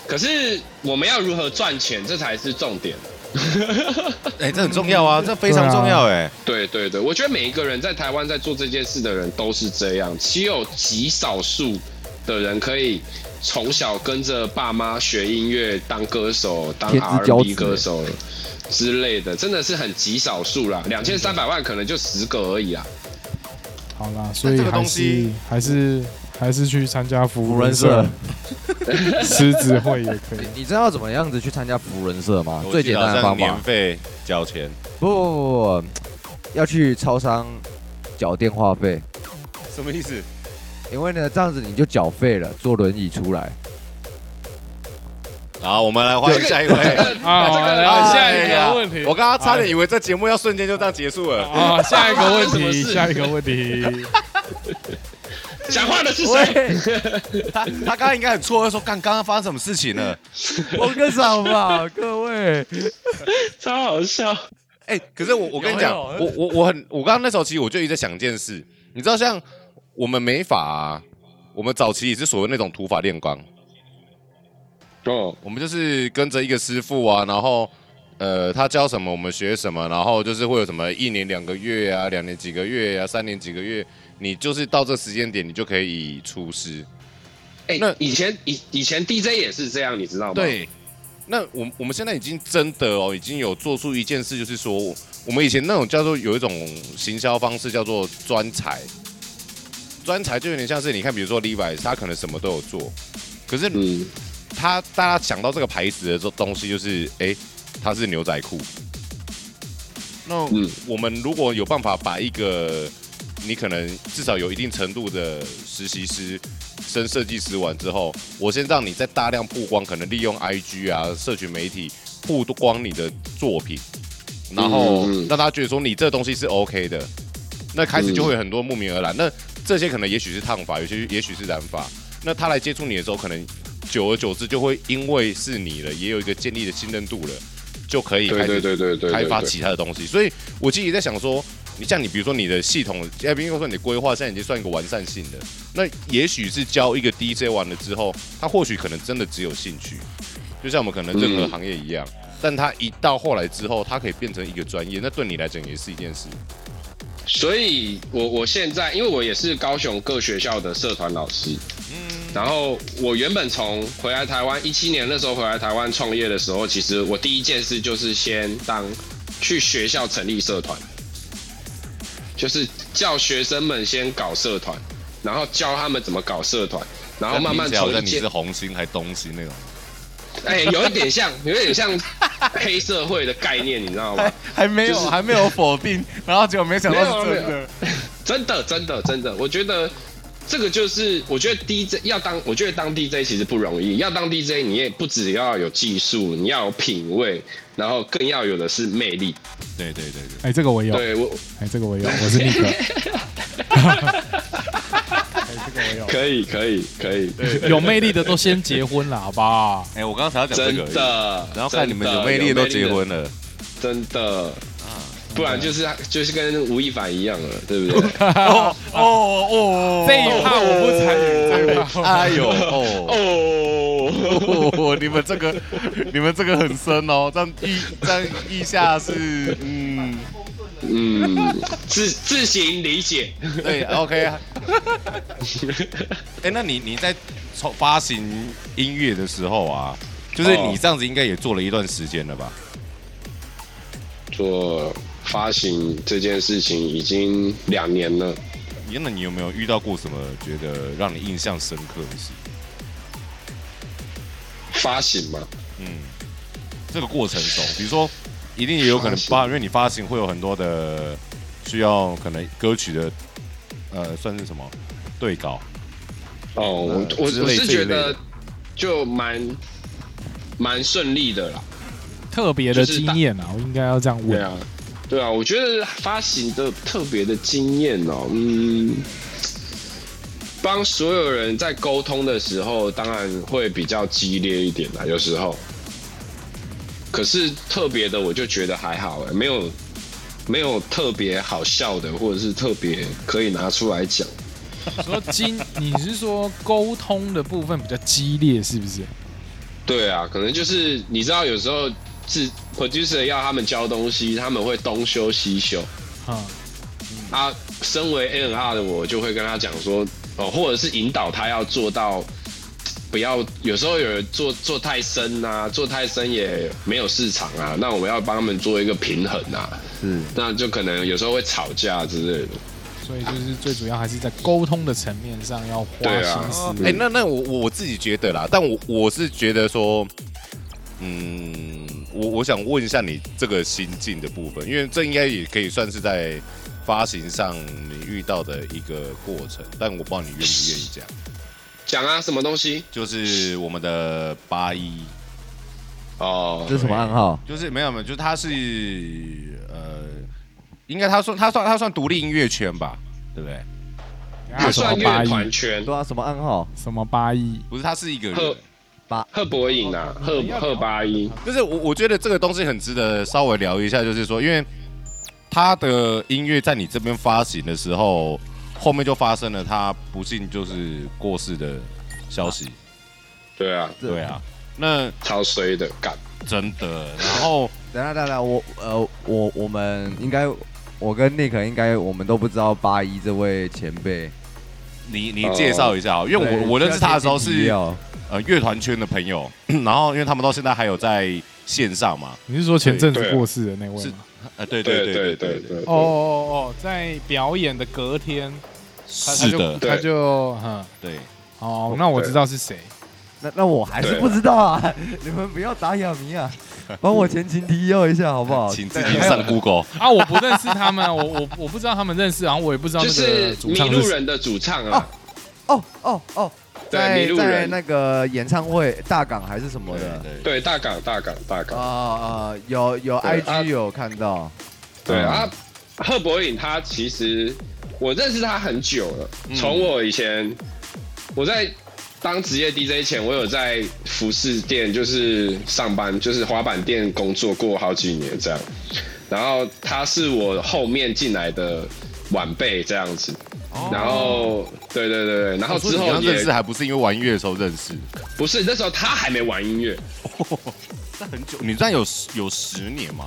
S2: 可是我们要如何赚钱，这才是重点。
S1: 哎、这很重要 啊，这非常重要哎、
S2: 对对对，我觉得每一个人在台湾在做这件事的人都是这样，只有极少数的人可以从小跟着爸妈学音乐，当歌手、当
S3: 天之骄
S2: R&B
S3: 子
S2: 歌手之类的，真的是很极少数啦。两千三百万可能就十个而已啦。啊
S4: 好啦，所以
S1: 这个
S4: 还
S1: 东
S4: 是
S1: 西
S4: 还是还是去参加福
S3: 福人
S4: 社
S3: 社、
S4: 狮子会也可以。
S3: 你知道怎么样子去参加福人社吗？
S1: 我
S3: 啊最
S1: 记
S3: 简
S1: 得
S3: 单的
S1: 好像
S3: 方法
S1: 年，费交钱，
S3: 不不不不不，要去超商缴电话费，
S1: 什么意思？
S3: 因为呢这样子你就缴费了，坐轮椅出来。
S1: 好，我们来欢迎下 一位。
S2: 呃
S4: 啊，好
S2: 这个
S4: 来
S1: 哎
S4: 下一
S1: 呀
S4: 个问题
S1: 我刚刚差点以为这节目要瞬间就这样结束了。
S4: 啊，下一个问
S2: 发生什么
S4: 题，
S2: 事
S4: 下一个问题。
S2: 讲话的是谁？
S3: 喂，
S1: 他他刚刚应该很错愕，说干刚刚发生什么事情了？
S3: 捧个场吧，各位。
S2: 超好笑。
S1: 哎、可是我我跟你讲，
S3: 有
S1: 我我我很我刚刚那时候其实我就一直在想一件事，你知道像我们美发、啊，我们早期也是所谓那种土法炼钢，
S2: 哦，
S1: 我们就是跟着一个师傅啊，然后呃，他教什么我们学什么，然后就是会有什么一年两个月啊，两年几个月啊，三年几个月，你就是到这时间点你就可以出师。
S2: 哎、
S1: 那
S2: 以前以以前 DJ 也是这样，你知道吗？，
S1: 对，那我我们现在已经真的哦，已经有做出一件事，就是说我们以前那种叫做有一种行销方式叫做专才，专才就有点像是你看，比如说 Levi's，他可能什么都有做，可是
S2: 嗯，
S1: 他大家想到这个牌子的这东西，就是哎、它是牛仔裤。那
S2: 嗯
S1: 我们如果有办法把一个你可能至少有一定程度的实习师升设计师完之后，我先让你再大量曝光，可能利用 IG 啊、社群媒体曝光你的作品，然后
S2: 嗯嗯
S1: 让他觉得说你这东西是 OK 的，那开始就
S2: 嗯
S1: 会有很多慕名而来。那这些可能也许是烫发，有些也许是染发。那他来接触你的时候，可能久而久之就会因为是你了，也有一个建立的信任度了，就可以
S2: 对
S1: 开
S2: 对
S1: 始
S2: 对对对，
S1: 开发
S2: 对
S1: 其他的东西。所以我其实也在想说，你像你比如说你的系统，哎，比如说你的规划现在已经算一个完善性的，那也许是教一个 DJ 完了之后，他或许可能真的只有兴趣，就像我们可能任何
S2: 嗯
S1: 行业一样。但他一到后来之后，他可以变成一个专业，那对你来讲也是一件事。
S2: 所以我我现在，因为我也是高雄各学校的社团老师，然后我原本从回来台湾一七年那时候回来台湾创业的时候，其实我第一件事就是先当去学校成立社团，就是叫学生们先搞社团，然后教他们怎么搞社团，然后慢慢
S1: 听起来好
S2: 从
S1: 像
S2: 一
S1: 你
S2: 件
S1: 是红星还东星那种，
S2: 哎、有一点像，有一点像黑社会的概念，你知道吗
S5: 还？ 还没有、
S2: 就是
S5: 还没有否定，然后结果没想到
S2: 没有
S5: 是
S2: 没
S5: 真
S2: 有
S5: 的。
S2: 真的，真的，真的，我觉得这个就是，我觉得 DJ 要当，我觉得当 DJ 其实不容易。要当 DJ，你也不只要有技术，你要有品味，然后更要有的是魅力。
S1: 对对对对，
S4: 哎，这个我有，
S2: 对我
S4: 哎，这个我有，我是立刻。
S2: 可以，可以，可以，
S4: 有魅力的都先结婚了，好不好？
S5: 哎、我刚刚才要讲这
S2: 真
S5: 个，
S2: 的。
S1: 然后看你们有魅力
S2: 力
S1: 的都结，婚啊了，
S2: 真的。不然就是就是跟吴亦凡一样了，对不 对？
S5: 哦哦哦，
S4: 这一趴我不参与，这一趴
S5: 哎呦 哦
S2: 哦，
S5: 哦，你们这个你们这个很深哦，这样意这样意下是嗯，
S2: 嗯，自自行理解。
S1: 对，OK 啊。哎，那你你在从发行音乐的时候啊，就是
S2: 哦
S1: 你这样子应该也做了一段时间了吧？
S2: 做发行这件事情已经两年了。
S1: 你那你有没有遇到过什么觉得让你印象深刻的事？
S2: 发行嘛，
S1: 嗯，这个过程中，比如说，一定也有可能
S2: 发行
S1: 发，因为你发行会有很多的需要可能歌曲的，呃，算是什么对稿？
S2: 哦，我
S1: 呃
S2: 我
S1: 之类
S2: 我是觉
S1: 这一类
S2: 得
S1: 的
S2: 就蛮蛮顺利的啦。
S4: 特别的经验啊，我应该要这样
S2: 对
S4: 问。
S2: 啊，对啊，我觉得发行的特别的经验哦，嗯，帮所有人在沟通的时候，当然会比较激烈一点啦，有时候。可是特别的，我就觉得还好、欸，没有没有特别好笑的，或者是特别可以拿出来讲。
S4: 说经，你是说沟通的部分比较激烈，是不是？
S2: 对啊，可能就是你知道，有时候是 producer 要他们交东西，他们会东修西修。
S4: 啊，
S2: 啊，身为 A N R 的我，就会跟他讲说，哦，或者是引导他要做到不要，有时候有人做做太深啊，做太深也没有市场啊，那我们要帮他们做一个平衡啊，
S3: 是
S2: 那就可能有时候会吵架之类的。
S4: 所以就是最主要还是在沟通的层面上要花
S2: 对啊
S4: 心思。
S1: 哎、那那我我我自己觉得啦，但我我是觉得说，嗯，我我想问一下你这个心境的部分，因为这应该也可以算是在发行上你遇到的一个过程，但我不知道你愿不愿意讲，
S2: 讲啊，什么东西？
S1: 就是我们的八一。
S2: 哦
S3: 这，是什么暗号？
S1: 就是没有没有，就是他是呃，应该他算他算他算独立音乐圈吧，对不对？
S4: 啊
S2: 也
S4: 什么
S2: 算
S4: 八
S2: 乐
S4: 亿
S2: 团？圈，
S3: 对啊，什么暗号？
S4: 什么八亿？
S1: 不是，他是一个人
S2: 贺。贺博颖啊，贺贺八一，
S1: 就是我我觉得这个东西很值得稍微聊一下，就是说，因为他的音乐在你这边发行的时候，后面就发生了他不幸就是过世的消息。
S2: 对啊，
S3: 这
S1: 对啊，那
S2: 超衰的，干。
S1: 真的，然后
S3: 等一下，等一下，我呃，我我们应该，我跟 Nick 应该我们都不知道八一这位前辈。
S1: 你你介绍一下哦，因为我我认识他的时候是
S3: 要
S1: 呃乐团圈的朋友， 然后因为他们到现在还有在线上嘛，
S4: 你是说前阵
S2: 对
S4: 子
S2: 啊
S4: 过世的那位
S1: 是
S4: 吗？
S1: 呃，对对
S2: 对
S1: 对
S2: 对对
S1: 对对，
S2: 对，
S4: 哦哦哦，在表演的隔天，他他
S1: 是
S4: 就
S1: 的，
S2: 对
S4: 他就嗯，
S1: 对，
S4: 哦，那我知道是谁。
S3: 那那我还是不知道啊！你们不要打哑 谜啊，帮我前情提要一下好不好？
S1: 请自己上 Google，
S4: 啊，我不认识他们，我我我不知道他们认识，然后我也不知道
S2: 就
S4: 那个
S2: 是
S4: 主
S2: 迷
S4: 唱
S2: 路
S4: 是谁。
S2: 人的主唱啊，
S3: 哦哦哦，
S2: 对
S3: 在
S2: 迷路人
S3: 在那个演唱会大港还是什么的
S1: 对啊
S2: 对，大港大港大港
S3: 啊。啊，有有
S2: 对啊
S3: IG 有看到，
S2: 对
S3: 嗯
S2: 啊，贺博颖他其实我认识他很久了，从我以前我在当职业 DJ 前，我有在服饰店就是上班，就是滑板店工作过好几年这样。然后他是我后面进来的晚辈这样子，然后对对对对，然后
S1: 哦哦所以
S2: 之
S1: 你
S2: 后
S1: 刚认
S2: 也
S1: 识还不是因为玩音乐的时候认识，
S2: 不是那时候他还没玩音乐，
S1: 那很久，你这样有十有十年吗？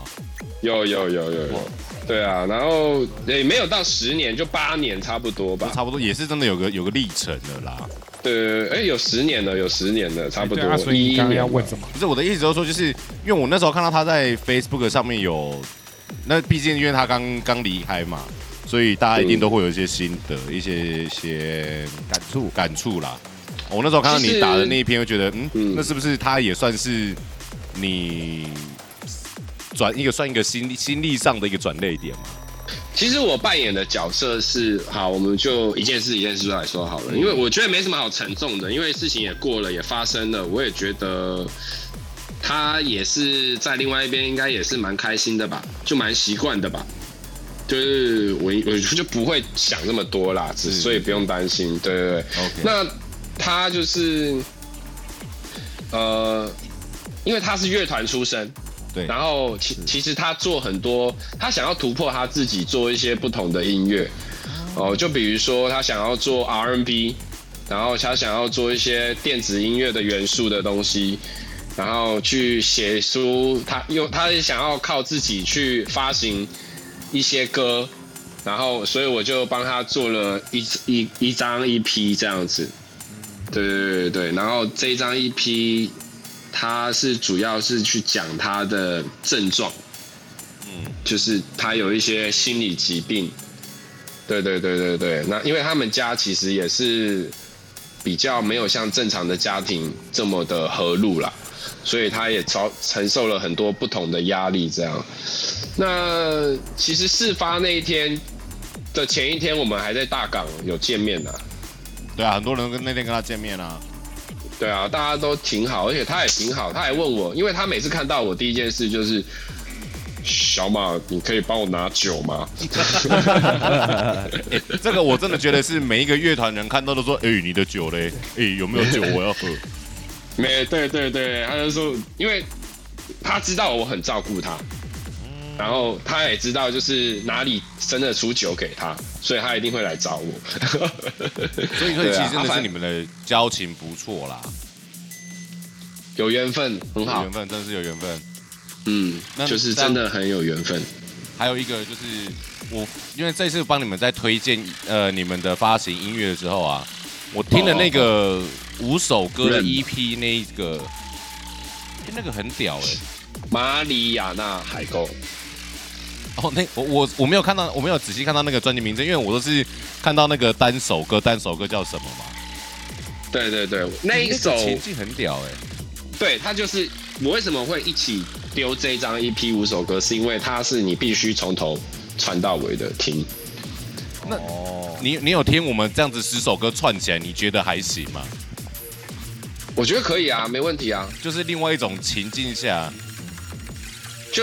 S2: 有有有有有，对啊，然后也没有到十年，就八年差不多吧
S4: 嗯
S1: 就。差不多也是真的有个有个历程了啦。
S2: 对，哎，有十年了，有十年了，差不
S4: 对啊，
S2: 多
S4: 所
S2: 一
S4: 以
S2: 一
S4: 你刚刚
S2: 年
S4: 要
S2: 了。
S4: 问什么？
S1: 不是我的意思，就是说，就是因为我那时候看到他在 Facebook 上面有，那毕竟因为他刚刚离开嘛，所以大家一定都会有一些心得、一些一些
S3: 感触
S1: 感触啦。我那时候看到
S2: 其
S1: 你
S2: 实
S1: 打的那一篇，会觉得，嗯
S2: 嗯，
S1: 那是不是他也算是你转一个算一个心力心力上的一个转泪点嘛？
S2: 其实我扮演的角色是，好，我们就一件事一件事来说好
S4: 嗯
S2: 了，因为我觉得没什么好沉重的，因为事情也过了，也发生了，我也觉得他也是在另外一边，应该也是蛮开心的吧，就蛮习惯的吧。就是我我就不会想那么多啦，
S4: 嗯
S2: 只所以不用担心。对对对
S1: OK
S2: 那他就是呃，因为他是乐团出身，
S1: 对
S2: 然后其其实他做很多，他想要突破他自己，做一些不同的音乐。
S1: 啊
S2: 哦，就比如说他想要做 R&B，然后他想要做一些电子音乐的元素的东西，然后去写书，他用他也想要靠自己去发行一些歌，然后所以我就帮他做了一一一张 EP 这样子，对对对对，然后这一张 EP 他是主要是去讲他的症状，嗯，就是他有一些心理疾病，对对对对对，那因为他们家其实也是比较没有像正常的家庭这么的和睦啦，所以他也遭承受了很多不同的压力。这样，那其实事发那一天的前一天，我们还在大港有见面的、
S1: 对啊，很多人跟那天跟他见面啊，
S2: 对啊，大家都挺好，而且他也挺好，他还问我，因为他每次看到我第一件事就是。小马，你可以帮我拿酒吗？
S1: 欸这个我真的觉得是每一个乐团人看到都说，哎、你的酒嘞，哎、有没有酒我要喝？
S2: 没，对对对，他就说，因为他知道我很照顾他，然后他也知道就是哪里真的出酒给他，所以他一定会来找我。
S1: 所以所以
S2: 对
S1: 其
S2: 啊
S1: 实真的
S2: 啊
S1: 是
S2: 反
S1: 你们的交情不错啦，
S2: 有缘分，很
S1: 有
S2: 好
S1: 缘，分，真的是有缘分。
S2: 嗯
S1: 那，
S2: 就是真的很有缘分。
S1: 还有一个就是我，因为这次帮你们在推荐呃你们的发行音乐的时候啊，我听了那个五首歌的
S2: 哦认
S1: EP 那一个，欸那个很屌哎、
S2: 马里亚纳海沟，
S1: 哦，那我我我没有看到，我没有仔细看到那个专辑名称，因为我都是看到那个单首歌，单首歌叫什么嘛。
S2: 对对对，那一
S1: 个
S2: 首，
S1: 情境很屌哎、
S2: 对他就是我为什么会一起丢这张 EP 五首歌，是因为它是你必须从头传到尾的听。哦
S1: 你你有听我们这样子十首歌串起来，你觉得还行吗？
S2: 我觉得可以啊，没问题啊。
S1: 就是另外一种情境下，
S2: 就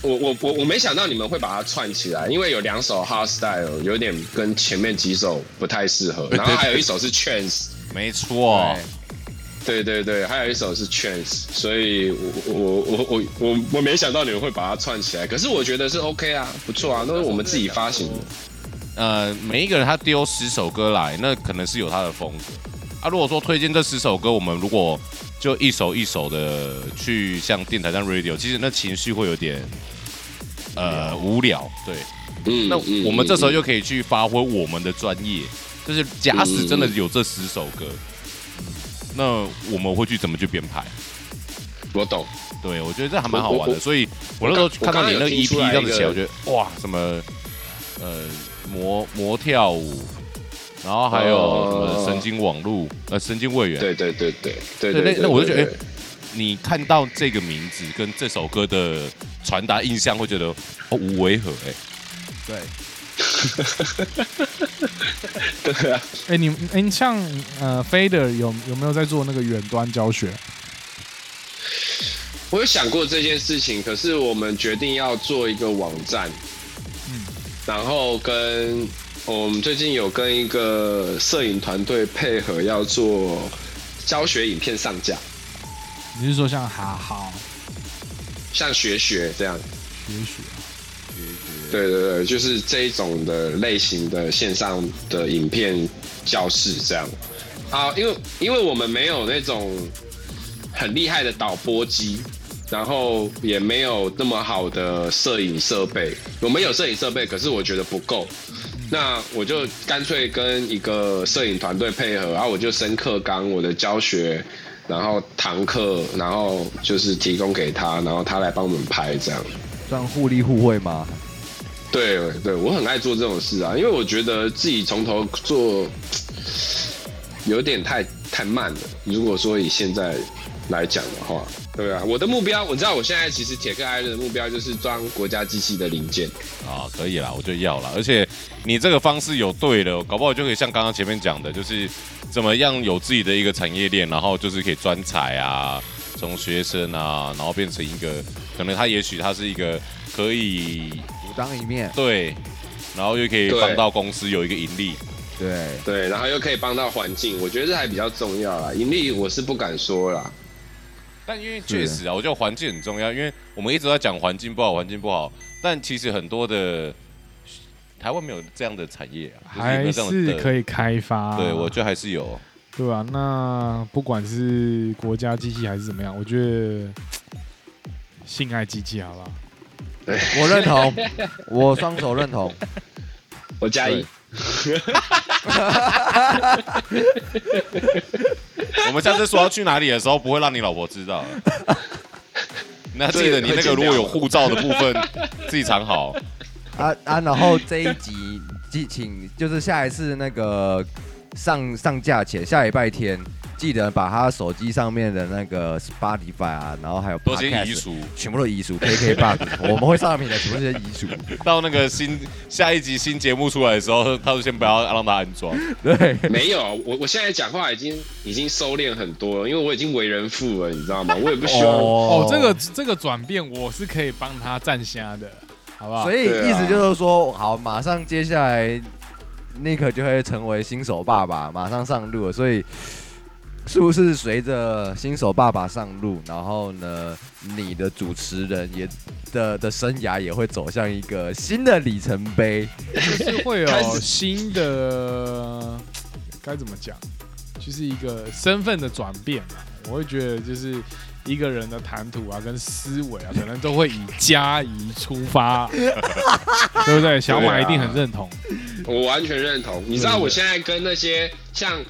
S2: 我我我我没想到你们会把它串起来，因为有两首 hard style 有点跟前面几首不太适合，然后还有一首是 chance，
S1: 没错，
S2: 对对对，还有一首是 chance，所以我我我我我我没想到你们会把它串起来，可是我觉得是 OK 啊，不错啊，都是我们自己发行的。
S1: 呃，每一个人他丢十首歌来，那可能是有他的风格。啊，如果说推荐这十首歌，我们如果就一首一首的去像电台像 radio，其实那情绪会有点呃无聊，对。
S2: 嗯
S1: 那
S2: 嗯
S1: 我们这时候
S2: 嗯
S1: 就可以去发挥我们的专业，就是假使
S2: 嗯
S1: 真的有这十首歌，那我们会去怎么去编排？
S2: 嗯我懂，
S1: 对，我觉得这还蛮好玩
S2: 我
S1: 的。
S2: 我
S1: 所以我那时候
S2: 我
S1: 看
S2: 刚
S1: 到你那
S2: 我
S1: 个
S2: 刚刚有听
S1: EP
S2: 出来
S1: 这样子写，
S2: 一个
S1: 我觉得哇，什么呃魔魔跳舞，然后还有什
S2: 哦
S1: 么神经网络，呃神经卫援。
S2: 对对对对对
S1: 对
S2: 对
S1: 那那我就觉得哎
S2: 对对
S1: 你看到这个名字跟这首歌的传达印象，会觉得哦无违和哎、
S3: 对，
S2: 对 啊，
S4: 哎，你哎，你像呃 Fader 有有没有在做那个远端教学？
S2: 我有想过这件事情，可是我们决定要做一个网站，
S4: 嗯
S2: 然后跟我们最近有跟一个摄影团队配合，要做教学影片上架，
S4: 你是说像哈好
S2: 像学学这样。
S4: 学学？
S2: 对对对，就是这一种的类型的线上的影片教室这样。啊，因为因为我们没有那种很厉害的导播机，然后也没有那么好的摄影设备。我们有摄影设备，可是我觉得不够。那我就干脆跟一个摄影团队配合，然啊后我就升课纲我的教学，然后堂课，然后就是提供给他，然后他来帮我们拍这样。
S3: 算互利互惠吗？
S2: 对对，我很爱做这种事啊，因为我觉得自己从头做，有点太太慢了。如果说以现在来讲的话，对啊，我的目标，我知道我现在其实铁克艾瑞的目标就是装国家机器的零件。
S1: 啊，可以啦，我就要啦。而且你这个方式有对了，搞不好就可以像刚刚前面讲的，就是怎么样有自己的一个产业链，然后就是可以专才啊，从学生啊，然后变成一个可能他也许他是一个可以
S3: 独当一面，
S1: 对，然后又可以
S2: 对
S1: 帮到公司有一个盈利。
S3: 对，
S2: 对，然后又可以帮到环境，我觉得这还比较重要啦。盈利我是不敢说啦，
S1: 但因为确实啊，我觉得环境很重要，因为我们一直在讲环境不好，环境不好，但其实很多的台湾没有这样的产业、啊，就是有没
S4: 还
S1: 有这样
S4: 是
S1: 的
S4: 可以啊开发。
S1: 对，我觉得还是有。
S4: 对吧、那不管是国家机器还是怎么样，我觉得性爱机器好了，
S3: 我认 同，我双手认同。
S2: 我加一
S3: 对。
S1: 我们下次说要去哪里的时候，不会让你老婆知 道。那记得你那个如果有护照的部分，自己藏好。
S3: 啊啊！然后这一集，记请就是下一次那个上上架前，下礼拜天记得把他手机上面的那个 Spotify 啊，然后还有
S1: 都先
S3: Podcast
S1: 移除
S3: 全部都移除 KK Box，我们会上面的全部都是移 除。
S1: 到那个新下一集新节目出来的时候，他就先不要让他安装。
S3: 对，
S2: 没有，我我现在讲话已经已经收敛很多了，因为我已经为人父了，你知道吗？我也不希望。
S4: 哦，这个这个转变我是可以帮他站虾的，好不好？
S3: 所以
S2: 对啊
S3: 意思就是说，好，马上接下来 Nick 就会成为新手爸爸，马上上路了。所以是不是随着新手爸爸上路，然后呢，你的主持人也的的生涯也会走向一个新的里程碑？
S4: 就是会
S2: 开
S4: 有
S2: 始
S4: 新的该怎么讲，就是一个身份的转变嘛。我会觉得就是一个人的谈吐啊，跟思维啊，可能都会以家宜出 发，对不对？小马一定很认同。
S2: 我完全认同。你知道我现在跟那些像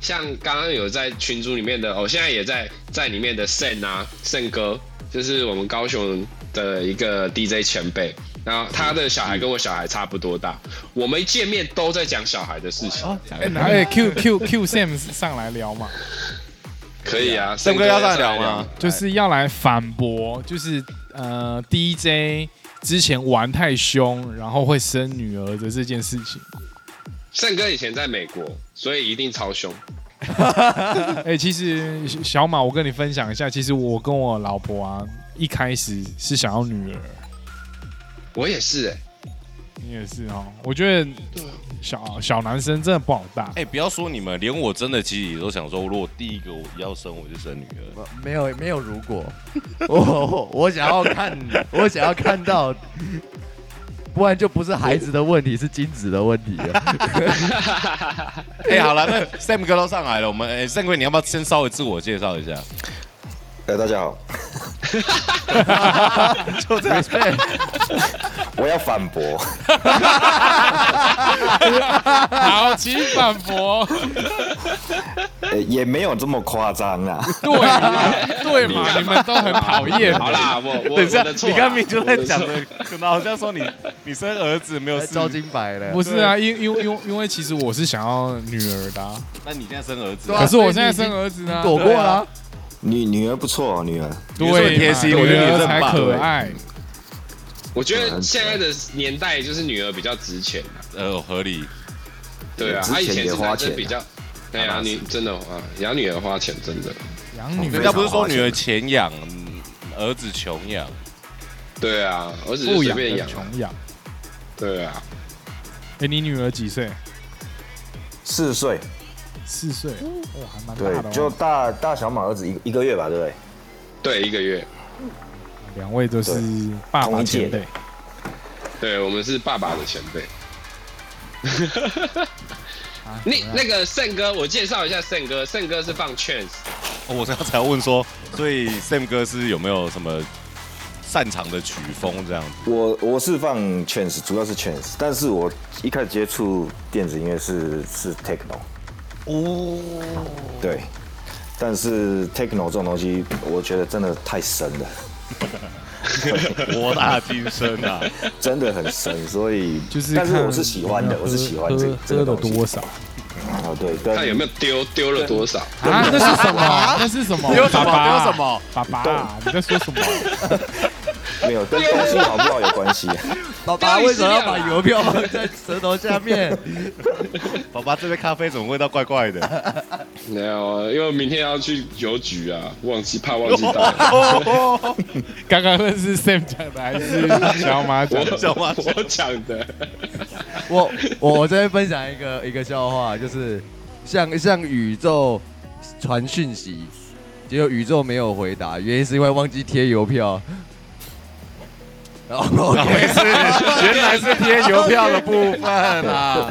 S2: 像刚刚有在群组里面的，我、哦现在也在在里面的盛啊盛哥，就是我们高雄的一个 DJ 前辈，然后他的小孩跟我小孩差不多大，我们一见面都在讲小孩的事情。
S4: 哎，拿哎 Q Q Q Sam 上来聊嘛，
S2: 可以啊，
S1: 盛哥要上来聊吗？？
S4: 就是要来反驳，就是呃 DJ 之前玩太凶，然后会生女儿的这件事情。
S2: 盛哥以前在美国，所以一定超凶。
S4: 哎、其实小小马，我跟你分享一下，其实我跟我老婆啊，一开始是想要女儿，
S2: 我也是、欸，
S4: 你也是哦。我觉得小小男生真的不好带，
S1: 哎，不要说你们，连我真的其实也都想说，如果第一个我要生，我就生女儿。
S3: 呃 没有没有，如 果我我我想要看，我想要看到。不然就不是孩子的问题，是精子的问题 了。
S1: 哎，好了，那 Sam 哥都上来了，我们哎，Sam 哥，你要不要先稍微自我介绍一下？
S6: 哎，大家好，
S3: 就 这样，
S6: 我要反驳，
S4: 好，请反驳，
S6: 呃也没有这么夸张啊。
S4: 对嘛对嘛，你啊们都很讨厌。
S2: 好，啦，我我
S5: 等一下，
S2: 我的错啦啊
S5: 你刚明就在讲
S2: 我的啊
S5: 的，可能好像说你你生儿子没有事，
S3: 哎招金白了。
S4: 不是啊，因因因因为其实我是想要女儿的啊、
S1: 那你现在生儿子
S3: 对啊
S4: 可是我现在生儿子呢，
S3: 躲过了啊，
S6: 女女儿不错，哦女儿
S1: 你说
S4: 对
S1: 你贴心
S4: 嘛
S1: 我觉得你
S4: 女儿
S1: 真
S4: 才
S1: 棒
S4: 可
S1: 对
S4: 爱。
S2: 我觉得现在的年代就是女儿比较值钱。
S1: 呃，合理。
S2: 对啊，
S6: 之
S2: 他以
S6: 前
S2: 前
S6: 也
S2: 是
S6: 花
S2: 男生
S6: 钱
S2: 比
S6: 啊
S2: 较，对
S1: 啊
S2: 啊，
S1: 那是
S2: 女真的啊，养女儿花钱真的，
S4: 养女
S1: 人
S4: 儿
S1: 家不是说女儿钱养，儿子穷养。
S2: 对啊，我只是
S4: 富
S2: 随
S4: 养
S2: 便
S4: 的
S2: 养啊，
S4: 穷养。
S2: 对啊，
S4: 哎、你女儿几岁？
S6: 四岁，
S4: 四岁，哇，还蛮大
S6: 对
S4: 的、哦。，
S6: 就大大小马儿子一一个月吧，对不对？
S2: 对，一个月，
S4: 两位都是爸爸前辈，
S2: 对我们是爸爸的前辈。你那个盛哥，我介绍一下盛哥，盛哥是放 Chance，
S1: 哦我刚才要问说，所以 Sam 哥是有没有什么擅长的曲风这样子？
S6: 我我是放 chance，主要是 chance，但是我一开始接触电子音乐是是 techno，哦，对，但是 techno 这种东西，我觉得真的太深了，
S1: 博大精深啊！
S6: 真的很深，所以
S4: 就是
S6: 但是
S4: 看
S6: 我是喜欢的，
S4: 有没有
S6: 我是喜欢这
S4: 喝
S6: 这个
S4: 喝了
S6: 东西
S4: 多，少。
S6: 啊少，对，跟
S2: 看有没有丢丢了多少。
S4: 啊，那是什么？那是什么？
S5: 丢什么
S4: 爸爸
S5: 丢什么？
S4: 爸爸啊，你在说什么？
S6: 没有跟东西好不好有关系。啊
S3: 爸
S2: 爸
S3: 爸
S2: 为
S3: 为
S2: 什
S3: 什
S2: 么
S3: 么
S2: 要
S3: 要
S5: 啊
S2: 把
S3: 把
S2: 邮
S3: 邮票放在舌头下面？
S5: 爸爸这杯咖啡怎么味道怪怪的？
S2: 没有，啊因为明天要去邮局啊，忘记怕忘记带了。
S4: 刚刚那是 Sam 讲的还是小马讲的？
S5: 小马
S2: 我讲的，
S3: 我我我这边分享一个一个笑话，就是向向宇宙传讯息，结果宇宙没有回答，原因是因为忘记贴 邮票。然后 OK，
S5: 是，原来是贴邮票的部分 啊！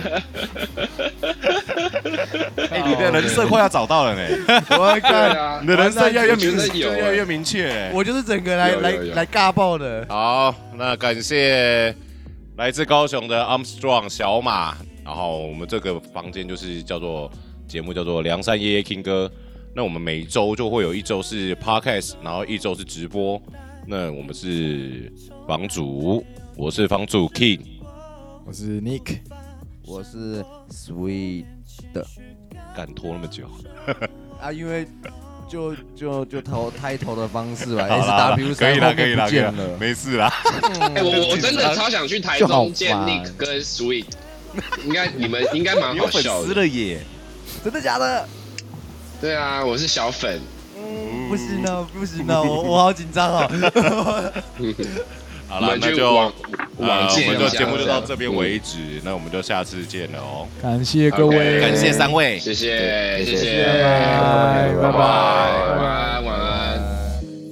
S5: 哎，你的人设快要找到了呢，
S3: 我
S2: 对
S3: 看
S2: 啊
S5: 你，的人设越来越明
S2: 我觉得，有
S5: 越来越明确。
S3: 我就是整个来
S2: 有有
S3: 来
S2: 有
S3: 来尬爆的。
S1: 好，那感谢来自高雄的 Armstrong 小马，然后我们这个房间就是叫做节目叫做梁山夜夜听歌。那我们每周就会有一周是 podcast，然后一周是直播。那我们是房主，我是房主 King，
S4: 我是 Nick，
S3: 我是 Sweet
S1: 敢拖那么久，
S3: 啊，因为就就就投开头的方式吧
S5: 好啦
S3: ，SW
S5: 可以啦，可以啦，可以
S3: 见
S5: 啦
S3: 了，。
S5: 没事啦。
S2: 哎、我我真的超想去台
S3: 就好
S2: 中
S3: 烦
S2: 见 Nick 跟 Sweet，应该你们应该蛮
S5: 有
S2: 好
S5: 粉
S2: 笑
S5: 丝
S2: 的。
S5: 了耶！
S3: 真的假的？
S2: 对啊，我是小粉，
S3: 不行啊，不行啊，我我好紧张哦。
S1: 好
S2: 我
S1: 了，那
S2: 们就
S1: 就
S2: 往
S1: 呃
S2: 往
S1: 我
S2: 见
S1: 们
S2: 一
S1: 就
S2: 下嗯
S1: 节目就到这边为止，那我们就下次见了哦。
S4: 感谢各
S2: OK，
S4: 位，
S5: 感谢三位，
S2: 谢谢谢
S6: 谢
S2: 谢，
S4: 拜 哎
S2: 晚
S4: 拜拜拜。
S2: 安晚安。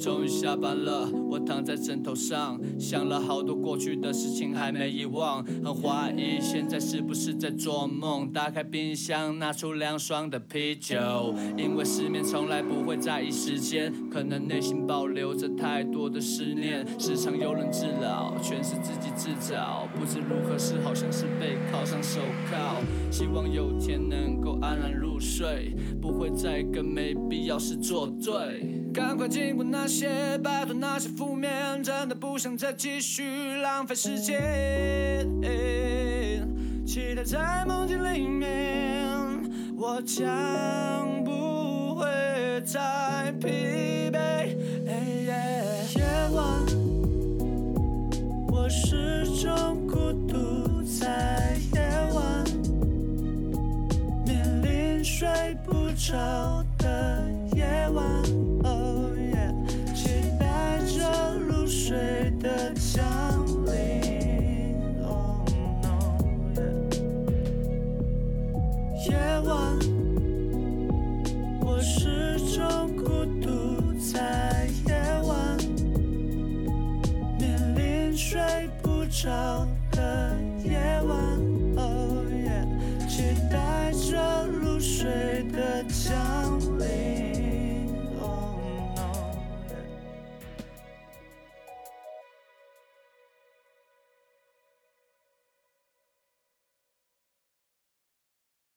S7: 终于下班了，我躺在枕头上，想了好多过去的事情还没遗忘，很怀疑现在是不是在做梦。打开冰箱，拿出凉爽的啤酒，因为失眠从来不会在意时间，可能内心保留着太多的思念，时常有人自扰，全是自己自找，不知如何是好，像是被铐上手铐，希望有天能够安然入睡，不会再跟没必要事作对。赶快经过那些，摆脱那些负面，真的不想再继续浪费时间。期待呃在梦境里面，我将不会再疲惫。哎夜晚，我始终孤独在夜晚，面临睡不着的夜晚。哦耶，期待着入睡的降临。Oh no，yeah 夜晚，我始终孤独在夜晚，面临睡不着，Oh Oh